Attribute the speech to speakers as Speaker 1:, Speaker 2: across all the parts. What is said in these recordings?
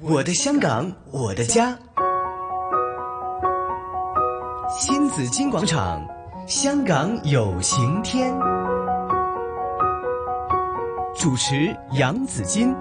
Speaker 1: 我的香港，我的家。新紫金广场，香港有晴天。主持杨紫金。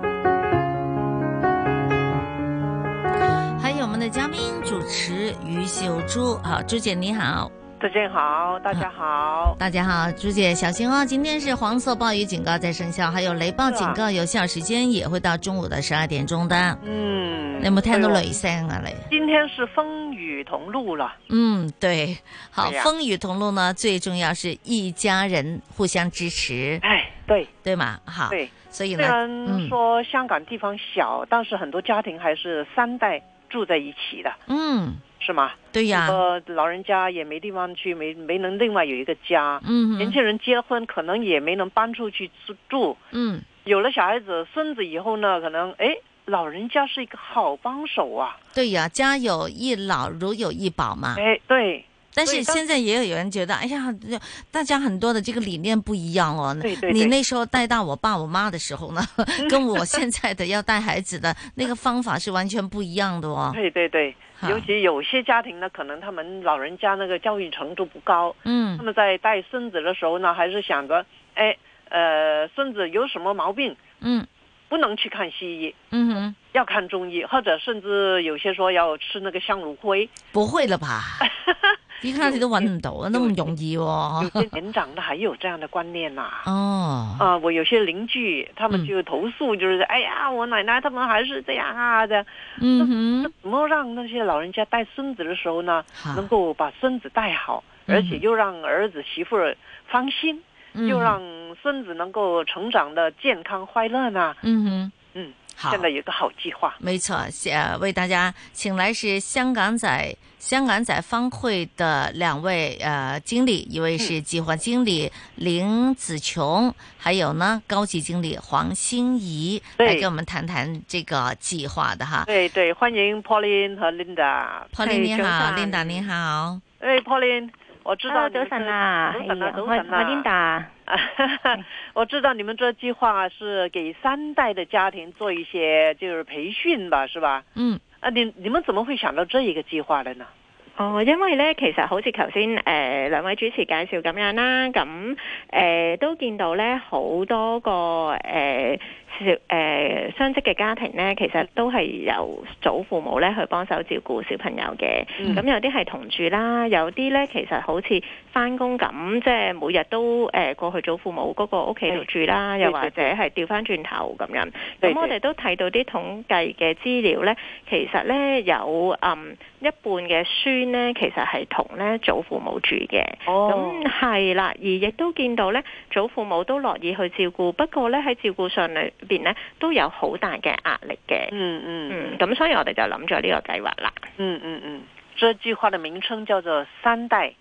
Speaker 2: 还有我们的嘉宾主持于秀珠，好，朱姐你好。
Speaker 3: 大家好，大家 好，
Speaker 2: 大家好，朱姐小心哦！今天是黄色暴雨警告在生效，还有雷暴
Speaker 3: 啊
Speaker 2: 警告有效时间也会到中午的十二点钟的。
Speaker 3: 嗯，
Speaker 2: 你有没有听到
Speaker 3: 哎呦
Speaker 2: 雷声啊？你？
Speaker 3: 今天是风雨同路了，
Speaker 2: 嗯，对，好，
Speaker 3: 对呀
Speaker 2: 风雨同路呢，最重要是一家人互相支持，
Speaker 3: 哎，对
Speaker 2: 对吗？好，
Speaker 3: 对，啊
Speaker 2: 所以
Speaker 3: 虽
Speaker 2: 呢，
Speaker 3: 然
Speaker 2: 嗯
Speaker 3: 说香港地方小，但是很多家庭还是三代住在一起的，
Speaker 2: 嗯，
Speaker 3: 是吗？
Speaker 2: 对呀，
Speaker 3: 呃，老人家也没地方去，没没能另外有一个家，
Speaker 2: 嗯
Speaker 3: 年
Speaker 2: 哼
Speaker 3: 轻人结婚可能也没能搬出去住住，
Speaker 2: 嗯，
Speaker 3: 有了小孩子、孙子以后呢，可能哎，老人家是一个好帮手啊，
Speaker 2: 对呀，家有一老如有一宝嘛。
Speaker 3: 哎，对
Speaker 2: 但
Speaker 3: 所
Speaker 2: 是
Speaker 3: 以当
Speaker 2: 现在也有人觉得，哎呀，这大家很多的这个理念不一样了。
Speaker 3: 对对
Speaker 2: 你
Speaker 3: 对
Speaker 2: 那时候带大我爸我妈的时候呢，跟我现在的要带孩子的那个方法是完全不一样的哦。
Speaker 3: 对对对，
Speaker 2: 好
Speaker 3: 尤其有些家庭呢，可能他们老人家那个教育程度不高，他
Speaker 2: 嗯
Speaker 3: 们在带孙子的时候呢，还是想着，哎，呃，孙子有什么毛病，
Speaker 2: 嗯
Speaker 3: 不能去看西医，
Speaker 2: 嗯哼，
Speaker 3: 要看中医，或者甚至有些说要吃那个香炉灰。
Speaker 2: 不會啦吧？依家你都揾唔到啊，都唔容易
Speaker 3: 有
Speaker 2: 喎。
Speaker 3: 些年长的还有这样的观念 呐、啊。
Speaker 2: 哦，
Speaker 3: 我有些邻居他们
Speaker 2: 嗯
Speaker 3: 就投诉，就是、哎呀，我奶奶他们还是这样啊的。
Speaker 2: 嗯哼，
Speaker 3: 怎么让那些老人家带孙子的时候呢，
Speaker 2: 好
Speaker 3: 能够把孙子带好，
Speaker 2: 啊嗯
Speaker 3: 而且又让儿子媳妇儿放心，
Speaker 2: 嗯
Speaker 3: 又让孙子能够成长的健康快乐呢？
Speaker 2: 嗯哼，
Speaker 3: 嗯，
Speaker 2: 好
Speaker 3: 现。在有一个好计划。
Speaker 2: 没错，呃，为大家请来是香港仔香港仔方会的两位呃经理，一位是计划经理林子琼，还有呢高级经理黄欣怡，
Speaker 3: 对
Speaker 2: 来跟我们谈谈这个计划的哈。
Speaker 3: 对对，欢迎 Pauline 和 Linda。
Speaker 2: Pauline 你好，Linda 你
Speaker 3: 好。
Speaker 2: 好，
Speaker 3: 哎，Pauline，我知道
Speaker 4: Hello，
Speaker 3: 你们
Speaker 4: 早
Speaker 3: 这
Speaker 4: 晨啊，
Speaker 3: 早晨啊，
Speaker 4: 哎呀
Speaker 3: 早
Speaker 4: 我
Speaker 3: 晨啊
Speaker 4: 我 Linda，哎
Speaker 3: 我知道你们这计划是给三代的家庭做一些就是培训吧，是吧？
Speaker 2: 嗯
Speaker 3: 啊，你你们怎么会想到这一个计划的呢？
Speaker 4: 哦，因為咧，其實好似頭先誒兩位主持介紹咁樣啦，咁誒、呃都見到咧好多個誒小誒雙職嘅家庭咧，其實都係由祖父母咧去幫手照顧小朋友嘅，
Speaker 3: 嗯
Speaker 4: 咁、有啲係同住啦，有啲咧其實好似翻工咁，即係每日都誒、呃、過去祖父母嗰個屋企度住啦，
Speaker 3: 對
Speaker 4: 又
Speaker 3: 對
Speaker 4: 或者係調翻轉頭咁樣。
Speaker 3: 對
Speaker 4: 咁我哋都睇到啲統計嘅資料咧，其實咧有嗯一半嘅孫咧，其實係同咧祖父母住嘅。
Speaker 3: 哦
Speaker 4: 咁係啦，而亦都見到咧，祖父母都樂意去照顧，不過咧喺照顧上裏邊咧都有好大嘅壓力嘅。
Speaker 3: 嗯嗯
Speaker 4: 嗯，咁所以我哋就諗咗呢個計劃啦。
Speaker 3: 嗯嗯嗯，这句话的名称叫做“三代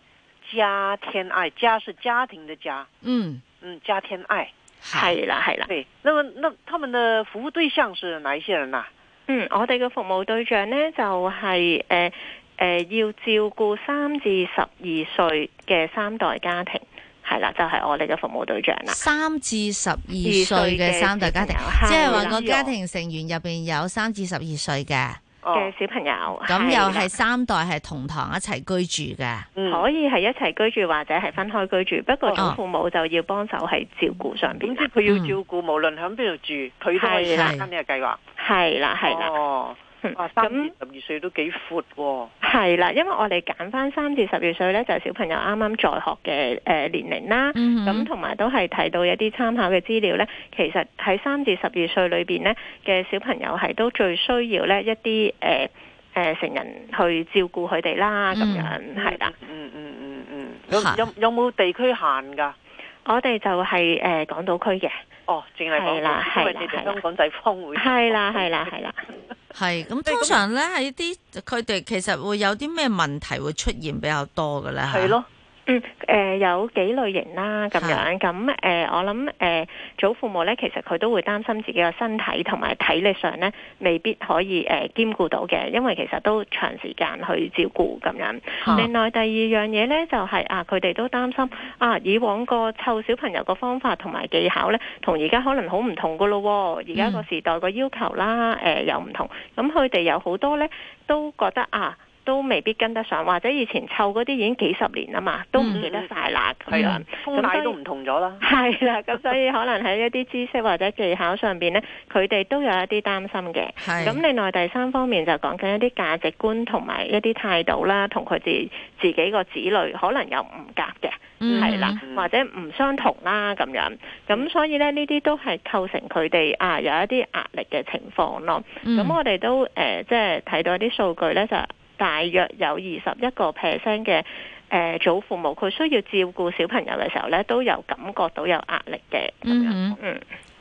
Speaker 3: 家天爱”，家是家庭的家，
Speaker 2: 嗯，
Speaker 3: 嗯，家天爱。
Speaker 2: 好，
Speaker 4: 係啦，係啦。
Speaker 3: 对，那么那他们的服务对象是哪一些人呐、啊
Speaker 4: 嗯，我哋嘅服務對象呢，就係誒誒要照顧三至十二歲嘅三代家庭，係啦，就係、我哋嘅服務對象啦。
Speaker 2: 三至十二歲嘅三代家庭，
Speaker 4: 小
Speaker 2: 即
Speaker 4: 朋
Speaker 2: 係
Speaker 4: 友
Speaker 2: 話
Speaker 4: 係啦
Speaker 2: 個家庭成員入邊有三至十二歲嘅，
Speaker 3: 哦
Speaker 4: 嘅，小朋友，
Speaker 2: 咁
Speaker 4: 係
Speaker 2: 又
Speaker 4: 啦
Speaker 2: 係三代係同堂一齊居住嘅。
Speaker 3: 嗯，
Speaker 4: 可以係一齊居住或者係分開居住，不過
Speaker 2: 哦
Speaker 4: 祖父母就要幫手喺照顧上
Speaker 3: 总
Speaker 4: 邊
Speaker 3: 之
Speaker 4: 啦。
Speaker 3: 佢要照顾，无论喺边度住，佢都可以
Speaker 4: 係
Speaker 2: 啦
Speaker 3: 參加呢個計劃。
Speaker 4: 係啦，係啦。
Speaker 3: 哦，
Speaker 4: 嗯
Speaker 3: 哇，三至
Speaker 4: 咁
Speaker 3: 十二歲都幾闊喎。
Speaker 4: 係啦，因為我哋揀翻三至十二歲呢，就係小朋友啱啱在學嘅誒年齡啦。
Speaker 2: 嗯哼
Speaker 4: 咁同埋都係提到一啲參考嘅資料呢，其實喺三至十二歲裏邊呢嘅小朋友係都最需要呢一啲誒誒成人去照顧佢哋啦，咁樣係啦。
Speaker 3: 嗯嗯嗯嗯
Speaker 2: 嚇
Speaker 3: 嗯，有有有冇地區限㗎？
Speaker 4: 我哋就係、誒、港島區嘅，
Speaker 3: 哦，淨係
Speaker 4: 係啦
Speaker 3: 講因為你
Speaker 4: 係
Speaker 3: 哋
Speaker 4: 啦
Speaker 3: 香港仔哦坊會
Speaker 4: 係啦係啦係啦。
Speaker 2: 係咁，
Speaker 3: 即係
Speaker 2: 通
Speaker 3: 咁
Speaker 2: 常咧喺啲佢哋其實會有啲咩問題會出現比較多嘅咧？
Speaker 3: 係，咯，
Speaker 4: 嗯，誒、有幾類型啦，咁
Speaker 2: 嚇
Speaker 4: 樣咁誒、我諗誒、祖父母咧，其實佢都會擔心自己嘅身體同埋體力上咧，未必可以誒、呃兼顧到嘅，因為其實都長時間去照顧咁樣。
Speaker 2: 嚇
Speaker 4: 另外第二樣嘢咧，就係、啊，佢哋都擔心啊，以往個湊小朋友個方法同埋技巧咧，同而家可能好唔同噶咯喎，而家個
Speaker 2: 嗯
Speaker 4: 時代個要求啦，誒、呃又唔同，咁佢哋有好多咧都覺得啊。都未必跟得上，或者以前湊嗰啲已經幾十年啦嘛，都唔記得晒啦咁
Speaker 3: 嗯係
Speaker 4: 樣
Speaker 3: 啊。，風奶都唔同咗啦。
Speaker 4: 係啦，咁所以可能喺一啲知識或者技巧上邊呢，佢哋都有一啲擔心嘅。
Speaker 2: 係
Speaker 4: 咁另外第三方面就講緊一啲價值觀同埋一啲態度啦，同佢哋自己個子女可能又唔夾嘅，
Speaker 2: 嗯
Speaker 4: 係啦、
Speaker 3: 嗯
Speaker 4: 或者唔相同啦咁樣。咁所以呢，呢啲都係構成佢哋啊有一啲壓力嘅情況咯。
Speaker 2: 嗯
Speaker 4: 咁、我哋都誒、呃即係睇到一啲數據咧，就大約有二十一個 percent 嘅誒祖父母，佢需要照顧小朋友嘅時候咧，都有感覺到有壓力嘅。
Speaker 2: 嗯哼，
Speaker 4: 嗯，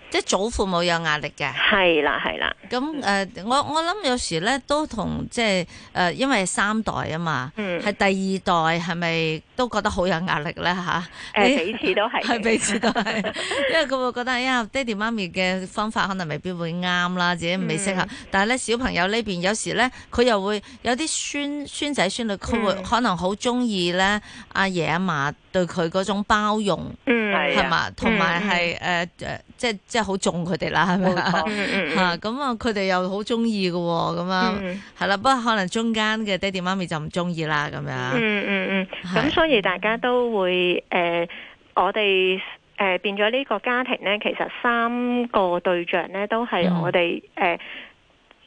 Speaker 2: 即係祖父母有壓力嘅。
Speaker 4: 係啦，係啦，
Speaker 2: 咁誒、呃
Speaker 4: 嗯
Speaker 2: 我我諗有時咧都同即係誒、呃因為三代啊嘛，
Speaker 4: 嗯，
Speaker 2: 係、第二代係咪都覺得好有壓力咧吓？
Speaker 4: 誒
Speaker 2: 你
Speaker 4: 呃彼此都係
Speaker 2: 係
Speaker 4: 嘅，
Speaker 2: 彼此都係， 因為佢會覺得，哎呀，爹哋媽咪嘅方法可能未必會啱啦，自己未適合。但係咧，小朋友呢邊有時咧，佢又會有啲孫孫仔孫女，佢會
Speaker 4: 嗯
Speaker 2: 可能好中意咧阿爺阿嫲對佢嗰種包容，
Speaker 4: 嗯，
Speaker 3: 係啊
Speaker 2: 係嘛，同埋係誒誒，即係即係好重佢哋啦，係咪啊？
Speaker 4: 嗯嗯
Speaker 2: 嚇咁啊，佢哋又好中意嘅喎，咁啊
Speaker 4: 嗯。嗯
Speaker 2: 係啦，不過可能中間嘅爹哋媽咪就唔中意啦，咁樣。
Speaker 4: 嗯嗯嗯，咁
Speaker 2: 係
Speaker 4: 所以大家都會誒、呃我哋誒、呃、變咗呢個家庭呢，其實三個對象呢都係
Speaker 2: 嗯
Speaker 4: 我哋誒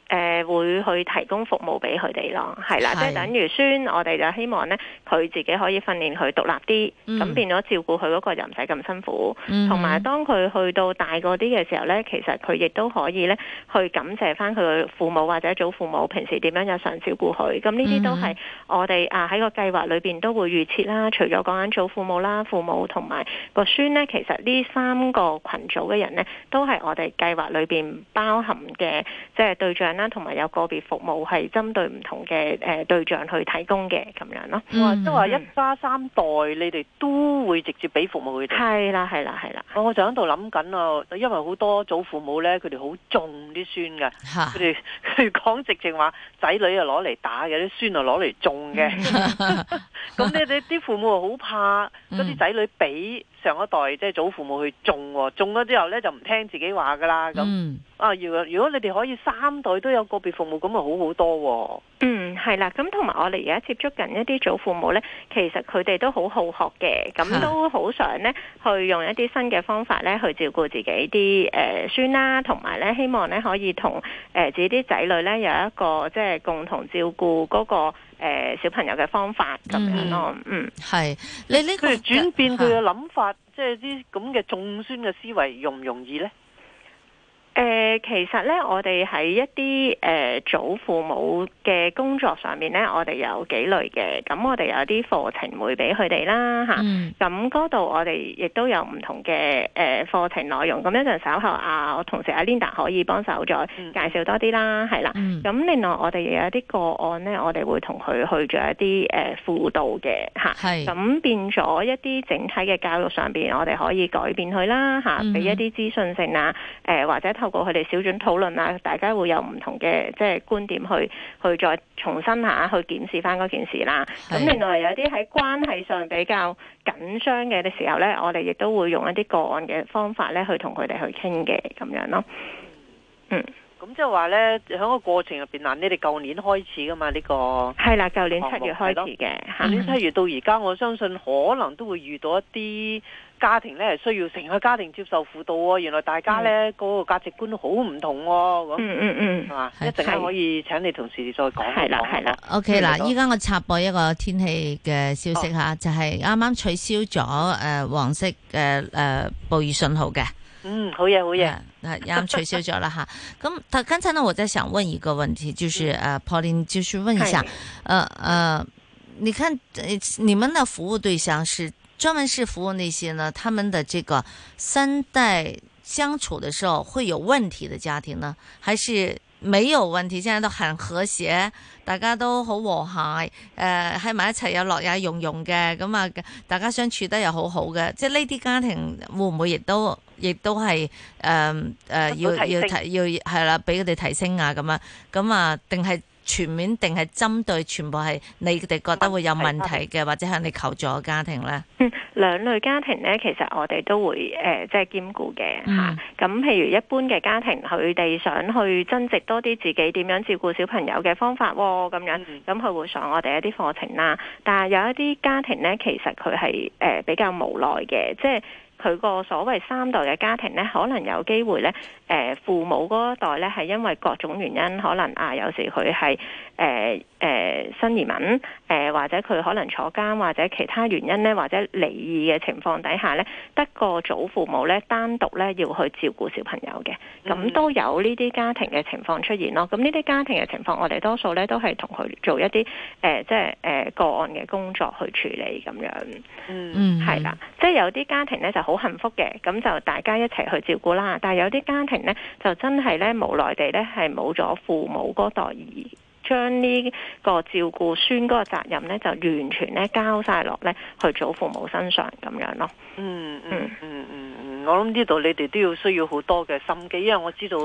Speaker 4: 誒會去提供服務俾佢哋咯，係啦，
Speaker 2: 係
Speaker 4: 即係等於孫，我哋就希望呢，佢自己可以訓練佢獨立啲，咁、
Speaker 2: 嗯
Speaker 4: 變咗照顧佢嗰個又唔使咁辛苦。
Speaker 2: 嗯
Speaker 4: 同埋當佢去到大個啲嘅時候呢，其實佢亦都可以呢去感謝翻佢父母或者祖父母平時點樣日常照顧佢。咁呢啲都係我哋啊喺個計劃裏邊都會預設啦。除咗講緊祖父母啦、父母同埋個孫呢，其實呢三個群組嘅人呢，都係我哋計劃裏邊包含嘅即係對象啦，同埋有個別服務係針對唔同嘅誒、呃、對象去提供嘅咁樣咯。
Speaker 3: 哇，即係話
Speaker 4: 嗯
Speaker 3: 一家三代，你哋都會直接俾服務佢哋。
Speaker 4: 係啦，係啦，係啦，
Speaker 3: 我我就喺度諗緊啊，因為好多祖父母咧，佢哋好重啲孫嘅，
Speaker 2: 嚇
Speaker 3: 佢哋 佢講直情話仔女啊攞嚟打嘅，啲孫啊攞嚟種嘅。咁你哋啲父母啊好怕嗰啲仔女俾上一代即係祖父母去種喎，種咗之後咧就唔聽自己話噶啦咁。
Speaker 2: 嗯
Speaker 3: 啊，如果如果你哋可以三代都有個別服務，咁啊好好多
Speaker 4: 嗯，係啦，咁同埋我哋而家接觸緊一啲祖父母呢，其實佢哋都好好學嘅，
Speaker 2: 嚇
Speaker 4: 咁都好想呢去用一啲新嘅方法呢去照顧自己啲誒、呃、孫啦，同埋呢希望呢可以同誒、呃自己啲仔女呢有一個即係共同照顧嗰、個、呃、小朋友嘅方法咁樣咯，嗯
Speaker 2: 係你呢
Speaker 3: 喎。
Speaker 2: 個
Speaker 3: 佢哋轉 變佢
Speaker 2: 嚇
Speaker 3: 嘅諗法，即係啲咁嘅種孫嘅思維容唔容易呢？
Speaker 4: 誒、其實咧，我哋喺一啲誒、呃祖父母嘅工作上面咧，我哋有幾類嘅。咁我哋有啲課程會俾佢哋啦，嚇、
Speaker 2: 嗯
Speaker 4: 咁嗰度我哋亦都有唔同嘅誒、呃、課程內容。咁一陣稍後啊，我同事阿 Linda 可以幫手再
Speaker 3: 嗯
Speaker 4: 介紹多啲啦，
Speaker 3: 啊
Speaker 4: 係啦。
Speaker 2: 嗯
Speaker 4: 咁另外我哋有一啲個案咧，我哋會同佢去做一啲誒、呃、輔導嘅嚇。
Speaker 2: 係
Speaker 4: 咁變咗一啲整體嘅教育上邊，我哋可以改變佢啦嚇，
Speaker 2: 嗯哼
Speaker 4: 俾、一啲資訊性啊，誒、或者透過佢哋小組討論啊，大家會有唔同嘅即係觀點去去再重新下去檢視翻嗰件事啦。咁
Speaker 2: 係
Speaker 4: 另外有啲喺關係上比較緊張嘅時候咧，我哋亦都會用一啲個案嘅方法咧，去同佢哋去傾嘅咁樣咯。
Speaker 3: 咁即係話呢，喺個過程入邊嗱，你哋舊年開始噶嘛呢、個，
Speaker 4: 係啦，舊年七月開始嘅嚇
Speaker 3: 舊。年七月到而家，我相信可能都會遇到一啲家庭呢，係需要成個家庭接受輔導喎、原來大家呢嗰、個價值觀都好唔同喎、咁
Speaker 4: 嗯嗯嗯
Speaker 3: 係。嘛？一
Speaker 2: 係
Speaker 3: 陣間
Speaker 4: 係
Speaker 3: 可以請你同事再講一
Speaker 4: 係啦
Speaker 3: 講哦
Speaker 4: 係啦
Speaker 2: OK 嗱，
Speaker 3: 嗯
Speaker 2: 依家我插播一個天氣嘅消息吓，就係啱啱取消咗誒黃色嘅誒暴雨信號嘅，
Speaker 3: 嗯，好嘢好嘢。
Speaker 2: 係啱取消咗啦吓。 咁，但剛才呢，我在想問一個問題，就是
Speaker 3: 嗯
Speaker 2: 誒 Pauline，就是問一下
Speaker 4: 係，
Speaker 2: 呃呃，你看呃你們的服務對象是專門是服務那些呢，他們的這個三代相處的時候會有問題的家庭呢，還是沒有問題，現在都很和諧，大家都好和諧，誒喺埋一齊又樂也融融嘅，咁啊大家相處得又好好嘅，即係呢啲家庭會唔會亦都亦都係誒誒要要
Speaker 3: 得到提升
Speaker 2: 提要係啦，俾佢哋提升啊咁啊，咁啊定係全面定係針對全部係你哋覺得會有問題嘅或者向你求助嘅家庭咧？
Speaker 4: 兩類家庭咧，其實我哋都會誒、呃即係兼顧嘅
Speaker 2: 嗯
Speaker 4: 嚇。咁、譬如一般嘅家庭，佢哋想去增值多啲自己點樣照顧小朋友嘅方法喎、咁樣
Speaker 3: 嗯
Speaker 4: 咁佢會上我哋一啲課程啦。但係有一啲家庭咧，其實佢係誒比較無奈嘅，即係。佢個所謂三代嘅家庭咧，可能有機會咧，誒、父母嗰一代咧係因為各種原因，可能啊有時佢係誒誒呃新移民，誒、或者佢可能坐監，或者其他原因咧，或者離異嘅情況底下咧，得個祖父母咧單獨咧要去照顧小朋友嘅，
Speaker 3: 嗯
Speaker 4: 咁都有呢啲家庭嘅情況出現咯。咁呢啲家庭嘅情況，我哋多數咧都係同佢做一啲誒、呃即係誒、個案嘅工作去處理咁樣。
Speaker 3: 嗯
Speaker 2: 嗯，
Speaker 4: 係啦，即係有啲家庭咧就好幸福嘅，咁就大家一齊去照顧啦。但係有啲家庭咧就真係咧無奈地咧係冇咗父母嗰代而。將呢個照顧孫嗰個責任咧，就完全咧交晒落咧去祖父母身上咁樣咯。
Speaker 3: 嗯嗯嗯嗯嗯，我諗呢度你哋都要需要好多嘅心機，因為我知道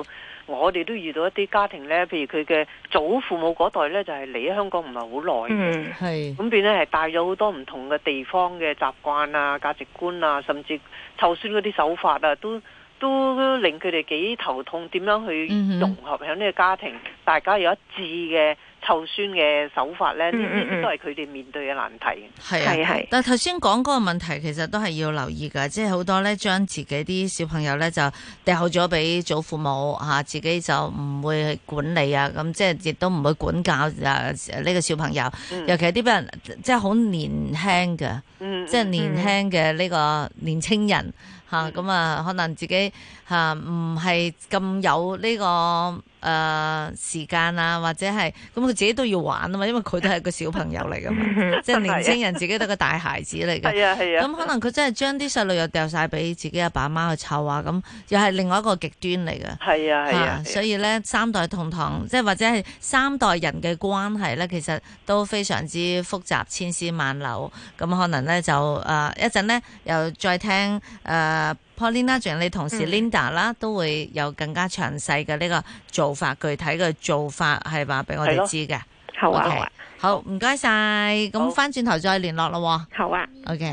Speaker 3: 我哋都遇到一啲家庭呢，譬如佢嘅祖父母嗰代呢，就係嚟咗香港唔係好耐嘅。
Speaker 4: 嗯
Speaker 2: 係
Speaker 3: 咁變咧係帶咗好多唔同嘅地方嘅習慣啊、價值觀啊，甚至湊孫嗰啲手法啊，都都令佢哋幾頭痛。點樣去
Speaker 2: 嗯哼
Speaker 3: 融合喺呢個家庭，大家有一致嘅湊孫嘅手法呢？呢
Speaker 4: 嗯嗯
Speaker 3: 呢啲
Speaker 4: 嗯
Speaker 3: 都係佢哋面對嘅難題。
Speaker 2: 係啊。
Speaker 4: 係係。
Speaker 2: 但係頭先講嗰個問題，其實都係要留意㗎，即係好多咧將自己啲小朋友咧就掉咗俾祖父母嚇、啊自己就唔會去管理啊，咁即係亦都唔會管教啊呢個小朋友，
Speaker 3: 嗯
Speaker 2: 尤其係啲俾人即係好年輕嘅。
Speaker 3: 嗯，
Speaker 2: 即係年輕嘅呢個年青人嚇，
Speaker 3: 嗯
Speaker 2: 咁啊可能自己嚇唔係咁有呢、個誒、呃、時間啊，或者係咁佢自己都要玩啊嘛，因為佢都係個小朋友嚟噶 嘛，即係年青人自己都係個大孩子嚟嘅。
Speaker 3: 啊係啊係啊，
Speaker 2: 咁可能佢真係將啲細路又掉晒俾自己阿爸阿媽去湊啊，咁又係另外一個極端嚟嘅。
Speaker 3: 係啊係啊，
Speaker 2: 所以咧三代同堂，即係或者係三代人嘅關係咧，其實都非常之複雜，千絲萬縷。咁可能咧就誒一陣咧又再聽誒、呃 Paulina 仲有你同事
Speaker 4: 嗯
Speaker 2: Linda 啦、都會有更加詳細嘅呢個做法，具體嘅做法係話俾我
Speaker 3: 係
Speaker 2: 哋
Speaker 3: 咯
Speaker 2: 知嘅。
Speaker 4: 好啊
Speaker 2: OK
Speaker 4: 好啊
Speaker 2: 好，唔該晒。咁
Speaker 3: 好
Speaker 2: 翻轉頭再聯絡咯
Speaker 4: 好啊。
Speaker 2: 喎。OK。